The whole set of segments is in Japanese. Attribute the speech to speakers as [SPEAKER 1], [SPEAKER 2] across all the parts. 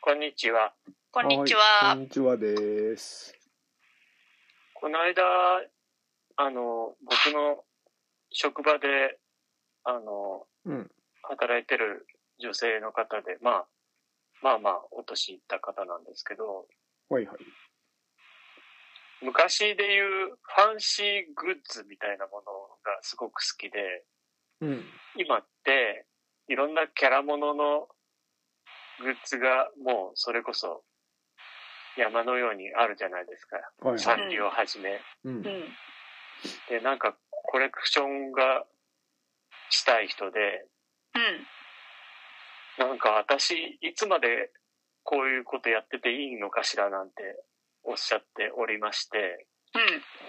[SPEAKER 1] こんにちは。
[SPEAKER 2] こんにち
[SPEAKER 3] いこん
[SPEAKER 2] は。
[SPEAKER 3] にちはです。
[SPEAKER 1] この間、あの、僕の職場で、あの、
[SPEAKER 3] うん。
[SPEAKER 1] 働いてる女性の方で、まあ、まあまあ、お年いった方なんですけど、
[SPEAKER 3] はいはい。
[SPEAKER 1] 昔で言うファンシーグッズみたいなものがすごく好きで、
[SPEAKER 3] うん。
[SPEAKER 1] 今って、いろんなキャラもののグッズがもうそれこそ山のようにあるじゃないですか。
[SPEAKER 3] はい
[SPEAKER 1] サ
[SPEAKER 3] はい。
[SPEAKER 1] ンリオはじめ。
[SPEAKER 3] うん
[SPEAKER 2] う。ん。
[SPEAKER 1] で、なんかコレクションがしたい人で、なんか私、いつまでこういうことやってていいのかしらなんておっしゃっておりまして、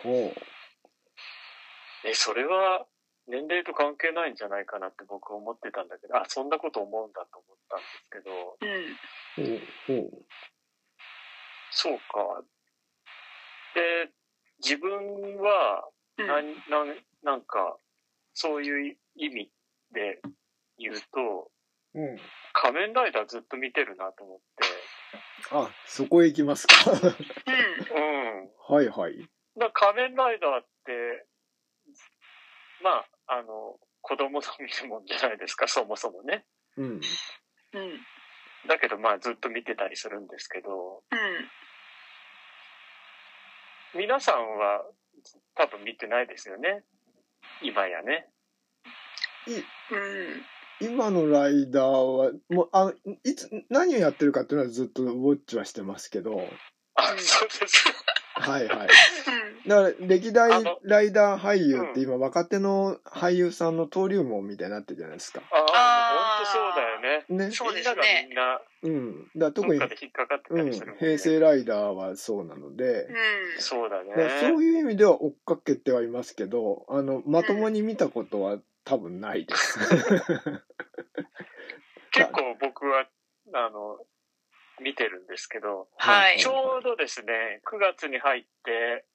[SPEAKER 3] ほ
[SPEAKER 1] え、それは年齢と関係ないんじゃないかなって僕思ってたんだけど、あ、そんなこと思うんだと思ったんですけど、
[SPEAKER 2] うん。うん。
[SPEAKER 3] う。ほう。ほ
[SPEAKER 1] そうか。で、自分は
[SPEAKER 2] うん。
[SPEAKER 1] なん、なん、なんか、そういう意味で言うと、
[SPEAKER 3] う。うん。
[SPEAKER 1] 仮面ライダーずっと見てるなと思っ
[SPEAKER 3] あ、そこへ行きますか。
[SPEAKER 2] う ん。
[SPEAKER 1] て。うん。
[SPEAKER 3] はいはい。
[SPEAKER 1] だから仮面ライダーって、まあ、あの、子供の見るもんじゃないですか、そもそもね。
[SPEAKER 3] うん。
[SPEAKER 2] うん。
[SPEAKER 1] だけど、まあ、ずっと見てたりするんですけど、
[SPEAKER 2] うん。
[SPEAKER 1] 皆さんは多分見てないですよね。今やね。
[SPEAKER 2] うん。
[SPEAKER 3] 今のライダーは、もう、あ、いつ、何をやってるかっていうのはずっとウォッチはしてますけど、
[SPEAKER 1] あ
[SPEAKER 2] う、ん
[SPEAKER 1] そう です。
[SPEAKER 3] はいはい。
[SPEAKER 2] うん。
[SPEAKER 3] だから、歴代
[SPEAKER 1] あの
[SPEAKER 3] ライダー俳優って今、若手の俳優さんの登竜門みたいになってるじゃないですか。
[SPEAKER 1] ああ、ほ
[SPEAKER 2] あー
[SPEAKER 1] んとそうだよね。
[SPEAKER 3] ね。
[SPEAKER 2] そうですね
[SPEAKER 1] みんなが
[SPEAKER 3] うん。だから特
[SPEAKER 1] みん
[SPEAKER 3] に
[SPEAKER 1] な、どっかで引っかかってた
[SPEAKER 3] うん
[SPEAKER 1] りする、もんね。
[SPEAKER 3] 平成ライダーはそうなので、
[SPEAKER 2] うん。
[SPEAKER 1] そうだね。
[SPEAKER 3] だからそういう意味では追っかけてはいますけど、あの、まともに見たことは多分ないです。
[SPEAKER 1] 結構僕は、あの、見てるんですけど、
[SPEAKER 2] はい
[SPEAKER 1] ちょうどですね、9月に入って、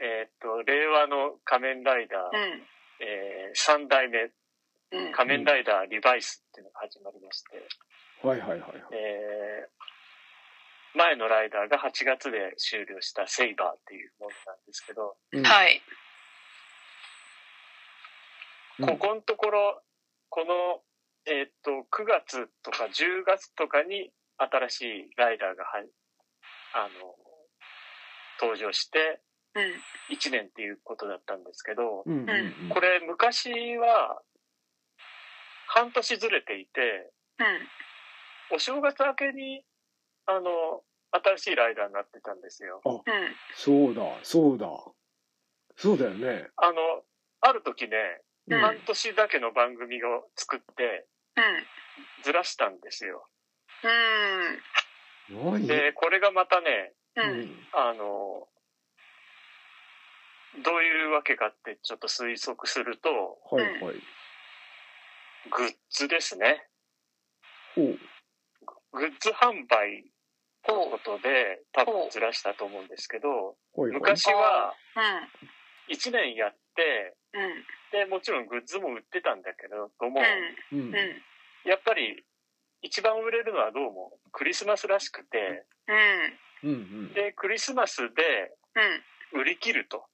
[SPEAKER 1] えーっと、令和の仮面ライダー、
[SPEAKER 2] うん。
[SPEAKER 1] え3代目
[SPEAKER 2] うん。
[SPEAKER 1] 仮面ライダーリバイスっていうのが始まりまして、
[SPEAKER 3] はいはいはいはい。
[SPEAKER 1] えー前のライダーが8月で終了したセイバーっていうものなんですけど、
[SPEAKER 3] うん
[SPEAKER 2] はい。
[SPEAKER 3] うん
[SPEAKER 1] ここのところ、この、えーっと、9月とか10月とかに新しいライダーがは、あの、登場して
[SPEAKER 2] うん。
[SPEAKER 1] 1年っていうことだったんですけど、
[SPEAKER 3] うんうんうん
[SPEAKER 1] これ昔は半年ずれていて、
[SPEAKER 2] うん。
[SPEAKER 1] お正月明けに、あの、新しいライダーになってたんですよ。
[SPEAKER 2] うん。
[SPEAKER 3] そうだ、そうだ。そうだよね。
[SPEAKER 1] あの、ある時ね、
[SPEAKER 2] うん
[SPEAKER 1] 半年だけの番組を作って、
[SPEAKER 2] うん。
[SPEAKER 1] ずらしたんですよ。
[SPEAKER 2] うん。
[SPEAKER 3] 何
[SPEAKER 1] で、これがまたね、
[SPEAKER 3] う
[SPEAKER 2] うん。
[SPEAKER 3] ん
[SPEAKER 1] あの、どういうわけかってちょっと推測すると、
[SPEAKER 3] はいはい。
[SPEAKER 1] グッズですね。
[SPEAKER 3] ほう。
[SPEAKER 1] グッズ販売のことで多分ずらしたと思うんですけど、
[SPEAKER 3] はいはい。
[SPEAKER 1] 昔は
[SPEAKER 2] うん。
[SPEAKER 1] 1年やって、
[SPEAKER 2] うん。
[SPEAKER 1] で、もちろんグッズも売ってたんだけど、も
[SPEAKER 3] うん。
[SPEAKER 2] うん。うん。
[SPEAKER 1] やっぱり一番売れるのはどうもクリスマスらしくて、
[SPEAKER 2] うん。
[SPEAKER 3] うんうん。
[SPEAKER 1] で、クリスマスで
[SPEAKER 2] うん。
[SPEAKER 1] 売り切ると。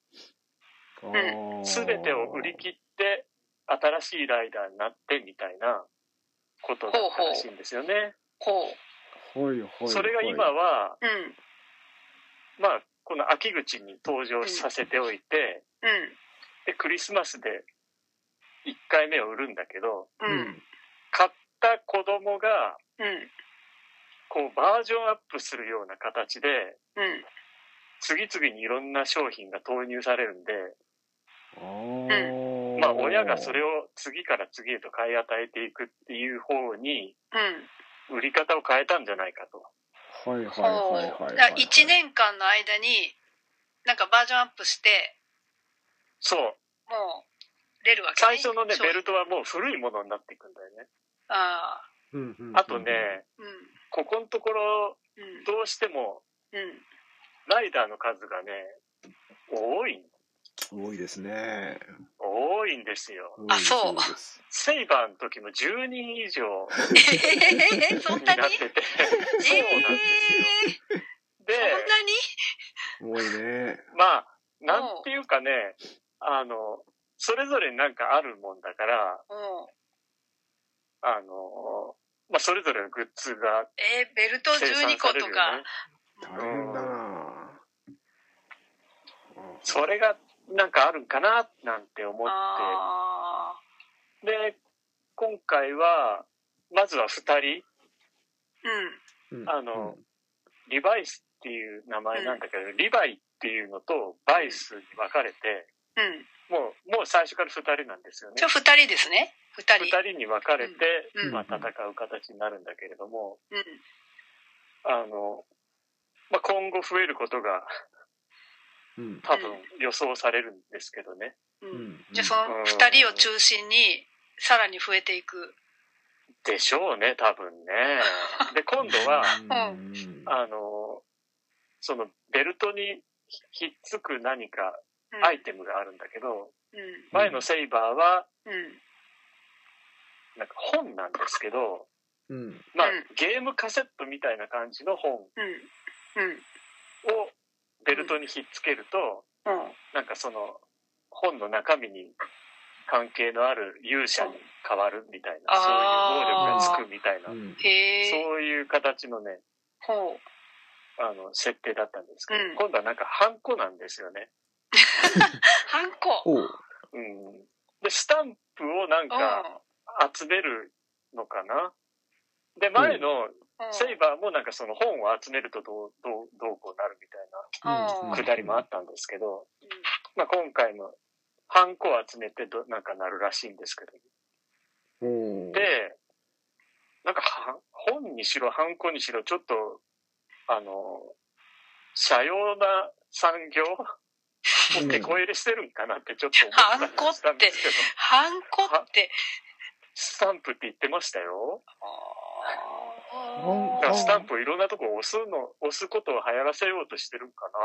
[SPEAKER 3] あー
[SPEAKER 1] すべてを売り切って、新しいライダーになってみたいなことだったらしいんですよね。
[SPEAKER 2] こ
[SPEAKER 3] はいはい。
[SPEAKER 1] それが今
[SPEAKER 3] は
[SPEAKER 1] は、
[SPEAKER 2] う。うん。
[SPEAKER 1] まあ、この秋口に登場させておいて、
[SPEAKER 2] うん。
[SPEAKER 1] で、クリスマスで1回目を売るんだけど、
[SPEAKER 2] う。
[SPEAKER 3] い。うんん。
[SPEAKER 1] 買った子供が、
[SPEAKER 2] うん。
[SPEAKER 1] こう、バージョンアップするような形で、
[SPEAKER 2] うん。
[SPEAKER 1] 次々にいろんな商品が投入されるんで、
[SPEAKER 3] あー
[SPEAKER 1] まあ、親がそれを次から次へと買い与えていくっていう方に、
[SPEAKER 2] うん。
[SPEAKER 1] 売り方を変えたんじゃないかと。
[SPEAKER 3] はいはいはい
[SPEAKER 2] ほ
[SPEAKER 3] は
[SPEAKER 2] う。
[SPEAKER 3] い
[SPEAKER 2] だ
[SPEAKER 3] はい。
[SPEAKER 2] 1年間の間に、なんかバージョンアップして、
[SPEAKER 1] そう。
[SPEAKER 2] もう、出るわけ
[SPEAKER 1] 最初のね、
[SPEAKER 2] 商
[SPEAKER 1] ベ
[SPEAKER 2] 品
[SPEAKER 1] ルトはもう古いものになっていくんだよね。
[SPEAKER 2] ああ。
[SPEAKER 3] うんうんうん。
[SPEAKER 1] あとね、
[SPEAKER 2] うん。
[SPEAKER 1] ここのところ、
[SPEAKER 2] うん。
[SPEAKER 1] どうしても、
[SPEAKER 2] うん。
[SPEAKER 1] ライダーの数がね、多い。
[SPEAKER 3] 多いですね。
[SPEAKER 1] 多いんですよ。
[SPEAKER 3] 多いです
[SPEAKER 2] そう
[SPEAKER 3] 多いです
[SPEAKER 1] セイバーの時も10人以上
[SPEAKER 2] えー、そん
[SPEAKER 1] にな
[SPEAKER 2] な
[SPEAKER 1] っ
[SPEAKER 2] に
[SPEAKER 1] てて。
[SPEAKER 2] えー、
[SPEAKER 1] そうなんですよ。で、
[SPEAKER 2] そんなに
[SPEAKER 3] 多いね。
[SPEAKER 1] まあ、なんていうかね、あの、それぞれなんかあるもんだから、
[SPEAKER 2] うん。
[SPEAKER 1] あの、まあ、それぞれのグッズが
[SPEAKER 2] えー、ベルト
[SPEAKER 1] 生産
[SPEAKER 2] 12個
[SPEAKER 1] される
[SPEAKER 2] と
[SPEAKER 1] よね。
[SPEAKER 2] か。
[SPEAKER 3] 大変だな
[SPEAKER 1] それがなんかあるんかななんて思っ
[SPEAKER 2] あ
[SPEAKER 1] て。で、今回は、まずは2人、
[SPEAKER 2] あ。うん。
[SPEAKER 3] うん
[SPEAKER 1] あの、リバイスっていう名前なんだけど、リバイっていうのとバイスに分かれて、
[SPEAKER 2] うん。
[SPEAKER 1] もう、もう最初から2人なんですよね
[SPEAKER 2] じゃ。あ二人ですね。二
[SPEAKER 1] 2
[SPEAKER 2] 人。
[SPEAKER 1] 人に分かれて、
[SPEAKER 2] うん
[SPEAKER 1] まあ、戦う形になるんだけれども、
[SPEAKER 2] うん。
[SPEAKER 1] あの、まあ、今後増えることが
[SPEAKER 3] うん
[SPEAKER 1] 多分予想されるんですけどね。
[SPEAKER 3] う
[SPEAKER 2] うん。
[SPEAKER 3] ん
[SPEAKER 2] じゃあその二人を中心に、さらに増えていく。
[SPEAKER 1] でしょうね、多分ね。 で、今度は、
[SPEAKER 3] うんうん
[SPEAKER 1] あの、そのベルトにひっつく何か
[SPEAKER 2] うん。
[SPEAKER 1] アイテムがあるんだけど、
[SPEAKER 2] う
[SPEAKER 1] 前のセイバーは、
[SPEAKER 2] ん。うん。
[SPEAKER 1] なんか本なんですけど、
[SPEAKER 3] うん
[SPEAKER 1] まあ
[SPEAKER 2] うん、
[SPEAKER 1] ゲームカセットみたいな感じの本を
[SPEAKER 2] うん。
[SPEAKER 1] ベルトにひっつけると、
[SPEAKER 2] うん。うん。
[SPEAKER 1] なんかその、本の中身に関係のある勇者に変わるみたいな、そういう能力がつくみたいな
[SPEAKER 3] う、ん
[SPEAKER 2] へえ。
[SPEAKER 1] そういう形のね、
[SPEAKER 2] ほう。
[SPEAKER 1] あの、設定だったんですけど、
[SPEAKER 2] うん
[SPEAKER 1] 今度はなんかハンコなんですよね。
[SPEAKER 2] ハンコ。
[SPEAKER 3] おう
[SPEAKER 1] うん。で、スタンプをなん
[SPEAKER 2] うん。
[SPEAKER 1] か集めるのかな。で、前の
[SPEAKER 2] うん
[SPEAKER 1] セイバーもなんかその本を集めるとどう、どう、どうこうなるみたい
[SPEAKER 2] うん
[SPEAKER 3] う
[SPEAKER 1] なんくだりもあったんですけど、
[SPEAKER 2] うん
[SPEAKER 1] まあ今回もハンコを集めてど、なんかなるらしいんですけど。
[SPEAKER 3] おう
[SPEAKER 1] で、なんかは本にしろ、ハンコにしろ、ちょっと、あの、社用な産業
[SPEAKER 3] う
[SPEAKER 1] も
[SPEAKER 3] ん
[SPEAKER 1] 手こ入れしてるんかなってちょっと思ったりもしたんですけ ど、
[SPEAKER 2] ハンコって。
[SPEAKER 1] スタンプって言ってましたよ。だ
[SPEAKER 3] ン
[SPEAKER 1] から
[SPEAKER 3] コ
[SPEAKER 1] スタンプをいろんなとこ押すの、押すことを流行らせようとしてるんか
[SPEAKER 3] あ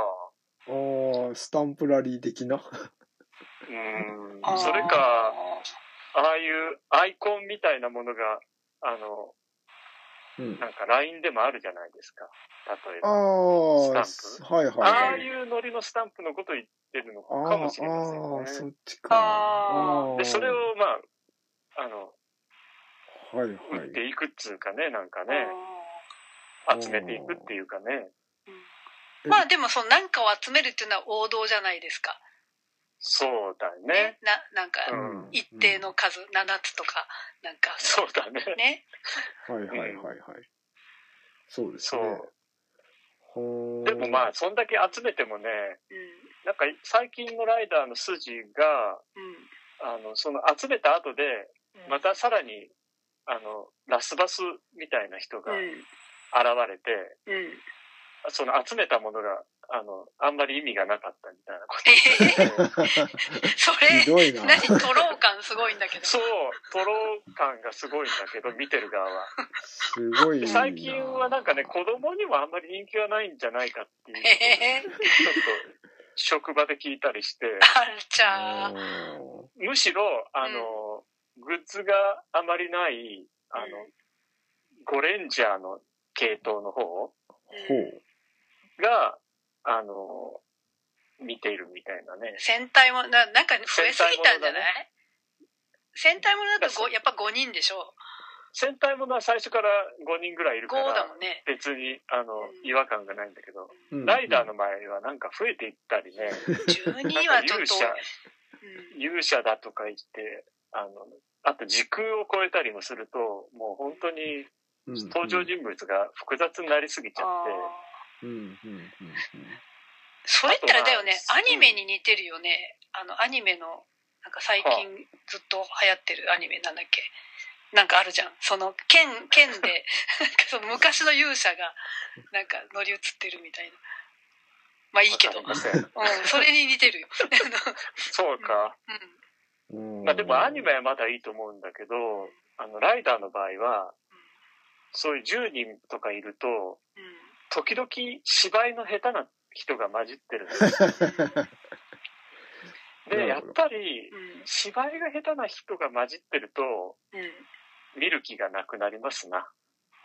[SPEAKER 3] あスタンプラリー的な
[SPEAKER 1] な。うん。それか、、ああいうアイコンみたいなものが、あの、
[SPEAKER 3] うん
[SPEAKER 1] なんか LINE でもあるじゃないですか。例え
[SPEAKER 3] あ
[SPEAKER 1] ば。
[SPEAKER 3] あ
[SPEAKER 1] ス
[SPEAKER 3] はいはい
[SPEAKER 1] ああ
[SPEAKER 3] はい
[SPEAKER 1] いうノリのスタンプのことを言ってるの
[SPEAKER 3] あー
[SPEAKER 1] かもしれませ
[SPEAKER 3] あー
[SPEAKER 1] ん
[SPEAKER 3] そ
[SPEAKER 1] ね。
[SPEAKER 3] っちか
[SPEAKER 2] あ
[SPEAKER 3] ー
[SPEAKER 1] で、それをまあ、あの、
[SPEAKER 3] はいはい
[SPEAKER 1] 売っていくっつうかね、なんか
[SPEAKER 2] ね
[SPEAKER 1] ね、
[SPEAKER 3] あー
[SPEAKER 1] 集めていくっていうかね。
[SPEAKER 2] まあでもその何かを集めるっていうのは王道じゃないですか。
[SPEAKER 1] そうだね
[SPEAKER 2] ね。。ななんか
[SPEAKER 1] うん
[SPEAKER 2] 一定の数、7つとかなんか
[SPEAKER 1] そうだね。
[SPEAKER 2] ね。
[SPEAKER 3] はいはいはいはい。そうです
[SPEAKER 1] そ
[SPEAKER 3] ね。
[SPEAKER 1] う。
[SPEAKER 3] ほー
[SPEAKER 1] でもまあ、そんだけ集めてもね、
[SPEAKER 2] うん
[SPEAKER 1] なんか最近のライダーの筋が、あの、その集めた後で、
[SPEAKER 2] うん。
[SPEAKER 1] またさらに、あの、ラスバスみたいな人
[SPEAKER 2] う
[SPEAKER 1] が
[SPEAKER 2] ん
[SPEAKER 1] 現れて、
[SPEAKER 2] うん。
[SPEAKER 1] その集めたものが、あの、あんまり意味がなかったみたいなこ
[SPEAKER 2] えへへ
[SPEAKER 1] と。
[SPEAKER 2] それ
[SPEAKER 3] ひどいな。
[SPEAKER 2] 何取ろう感すごいんだけど。
[SPEAKER 1] そう、トロ感がすごいんだけど、見てる側は。
[SPEAKER 3] すごい
[SPEAKER 1] で
[SPEAKER 3] な。
[SPEAKER 1] 最近はなんかね、子供にもあんまり人気がないんじゃないかっていう、
[SPEAKER 2] えー、
[SPEAKER 1] ちょっと、職場で聞いたりして、
[SPEAKER 2] あるちゃー。
[SPEAKER 3] お
[SPEAKER 1] むしろ、あの、グッズがあまりない、あの、
[SPEAKER 2] う
[SPEAKER 1] ゴレンジャーの系統の方
[SPEAKER 3] ー
[SPEAKER 2] う
[SPEAKER 3] ほ
[SPEAKER 2] ん
[SPEAKER 3] う。
[SPEAKER 1] が、あの、見ているみたいなね。
[SPEAKER 2] 戦隊もななんか増えすぎたんじゃない戦隊ものだとごやっぱ5人でしょ
[SPEAKER 1] 戦隊ものは最初から5人ぐらいいる
[SPEAKER 2] 5
[SPEAKER 1] から、
[SPEAKER 2] だもんね
[SPEAKER 1] 別に、あの、違和感がないんだけど、
[SPEAKER 3] うん
[SPEAKER 1] ライダーの場合はなんか増えていったり ね、
[SPEAKER 2] 12
[SPEAKER 1] なん
[SPEAKER 2] は
[SPEAKER 1] か
[SPEAKER 2] ちょっ
[SPEAKER 1] 勇
[SPEAKER 2] と
[SPEAKER 1] 者、
[SPEAKER 2] うん
[SPEAKER 1] 勇者だとか言って、あの、あと時空を超えたりもすると、もう本当に
[SPEAKER 3] うん
[SPEAKER 1] 登場人物が複雑になりすぎちゃ
[SPEAKER 2] あ
[SPEAKER 1] って、
[SPEAKER 2] ー
[SPEAKER 3] うんうんうんうん
[SPEAKER 2] それってあれだよね
[SPEAKER 1] あとは
[SPEAKER 2] アニメに似てるよねあのアニメのなんか最近ずっと流行ってるアニメなんだっけなんかあるじゃんその剣剣でなん かその昔の勇者がなんか乗り移ってるみたいなまあいいけど、う
[SPEAKER 1] わかりません
[SPEAKER 2] ん、それに似 てるよ、
[SPEAKER 1] そうか。
[SPEAKER 2] うん、
[SPEAKER 3] うん
[SPEAKER 1] まあでもアニ メはまだいいと思うんだけど、あの、ライダーの場合は、そういう10人とかいると、時々 芝居の下手な人が混じってるんですよ。
[SPEAKER 2] うんうん
[SPEAKER 3] な
[SPEAKER 1] で、
[SPEAKER 3] る
[SPEAKER 1] やっ
[SPEAKER 3] ほど
[SPEAKER 1] ぱり
[SPEAKER 2] う、ん
[SPEAKER 1] 芝居が下手な人が混じってると、
[SPEAKER 2] うん
[SPEAKER 1] 見る気がなくなりますな。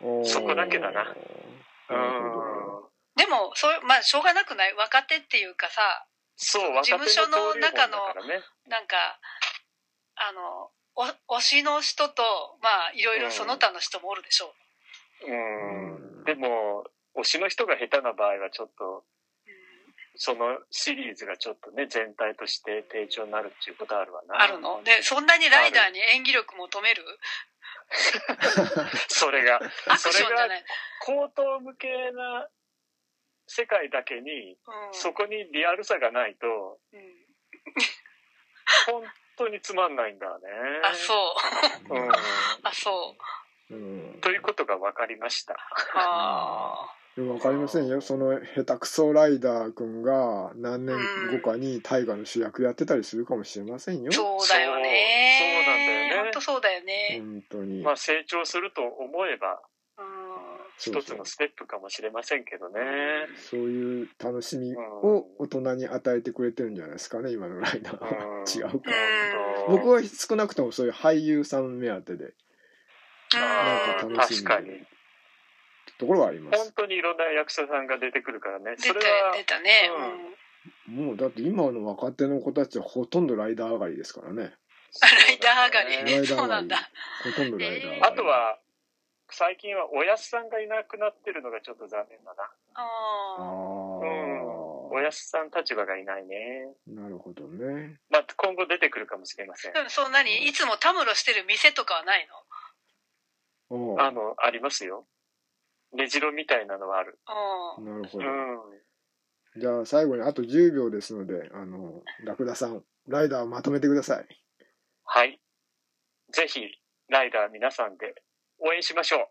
[SPEAKER 3] おー
[SPEAKER 1] そこだけだな。う
[SPEAKER 3] なるほど
[SPEAKER 1] ん。
[SPEAKER 2] でもそうまあしょうがなくない若手っていうかさ
[SPEAKER 1] そう、
[SPEAKER 2] 事務所の中の
[SPEAKER 1] 若手登竜門だからね
[SPEAKER 2] なんかあのお推しの人とまあいろいろその他の人もおるでしょう、
[SPEAKER 1] うん。でも、推しの人が下手な場合はちょっと、そのシリーズがちょっとね、全体として低調になるっていうことあるわな。
[SPEAKER 2] あるのでそんなにライダーに演技力求める
[SPEAKER 1] それが。
[SPEAKER 2] アクションじゃない、
[SPEAKER 1] 高等無形な世界だけに、
[SPEAKER 2] うん
[SPEAKER 1] そこにリアルさがないと、
[SPEAKER 2] うん
[SPEAKER 1] 本当につまんないんだね。
[SPEAKER 2] あそう
[SPEAKER 1] うん。
[SPEAKER 2] あそう
[SPEAKER 3] うん
[SPEAKER 1] ということが分かりました。
[SPEAKER 2] あ
[SPEAKER 3] でも分かりませんよその下手くそライダーくんが何年後かに大河の主役やってたりするかもしれませんよ
[SPEAKER 2] あそうだよね
[SPEAKER 1] そうそうなんだよね
[SPEAKER 2] 本当そうだよね、
[SPEAKER 3] 本当に、
[SPEAKER 1] まあ成長すると思えば、
[SPEAKER 2] うん
[SPEAKER 3] そうそう
[SPEAKER 1] 一つのステップかもしれませんけどね。
[SPEAKER 3] そういう楽しみを大人に与えてくれてるんじゃないですかね今のライダー
[SPEAKER 1] う
[SPEAKER 3] は
[SPEAKER 1] ん
[SPEAKER 3] 違うか
[SPEAKER 2] うん
[SPEAKER 3] 僕は少なくともそういう俳優さん目当てで
[SPEAKER 1] あ
[SPEAKER 3] な
[SPEAKER 1] ー
[SPEAKER 3] んか楽し
[SPEAKER 1] 確か
[SPEAKER 3] んで
[SPEAKER 1] に
[SPEAKER 3] る。ところはありま
[SPEAKER 1] 本
[SPEAKER 3] す
[SPEAKER 1] 当にいろんな役者さんが出てくるからね。
[SPEAKER 2] 出
[SPEAKER 1] そ
[SPEAKER 2] て
[SPEAKER 1] れは
[SPEAKER 2] 出たね、
[SPEAKER 1] う
[SPEAKER 2] うんん
[SPEAKER 3] もうだって今の若手の子たちはほとんどライダー上がりですからね
[SPEAKER 2] ライダー上が
[SPEAKER 1] そうだ
[SPEAKER 2] り、
[SPEAKER 1] ね
[SPEAKER 3] ライダー上が り
[SPEAKER 2] そうなんだ
[SPEAKER 3] ほとんどライダー上がり、
[SPEAKER 1] あとは、最近はおやすさんがいなくなってるのがちょっと残念だな。
[SPEAKER 3] あ
[SPEAKER 2] あ
[SPEAKER 1] う
[SPEAKER 3] あ、
[SPEAKER 1] ん。おやすさん立場がいないね。
[SPEAKER 3] なるほどね
[SPEAKER 1] まあ、今後出てくるかもしれません
[SPEAKER 2] ー。でもそんなにいつもたむろしてる店とかはないの
[SPEAKER 3] おう
[SPEAKER 1] あの、ありますよ。ねじろみたいなのはある。
[SPEAKER 2] うん
[SPEAKER 3] なるほ
[SPEAKER 1] う
[SPEAKER 3] ど、
[SPEAKER 1] ん。
[SPEAKER 3] じゃあ最後にあと10秒ですのであのラクダさんライダーをまとめてください
[SPEAKER 1] はい。ぜひ、ライダー皆さんで応援しましょう。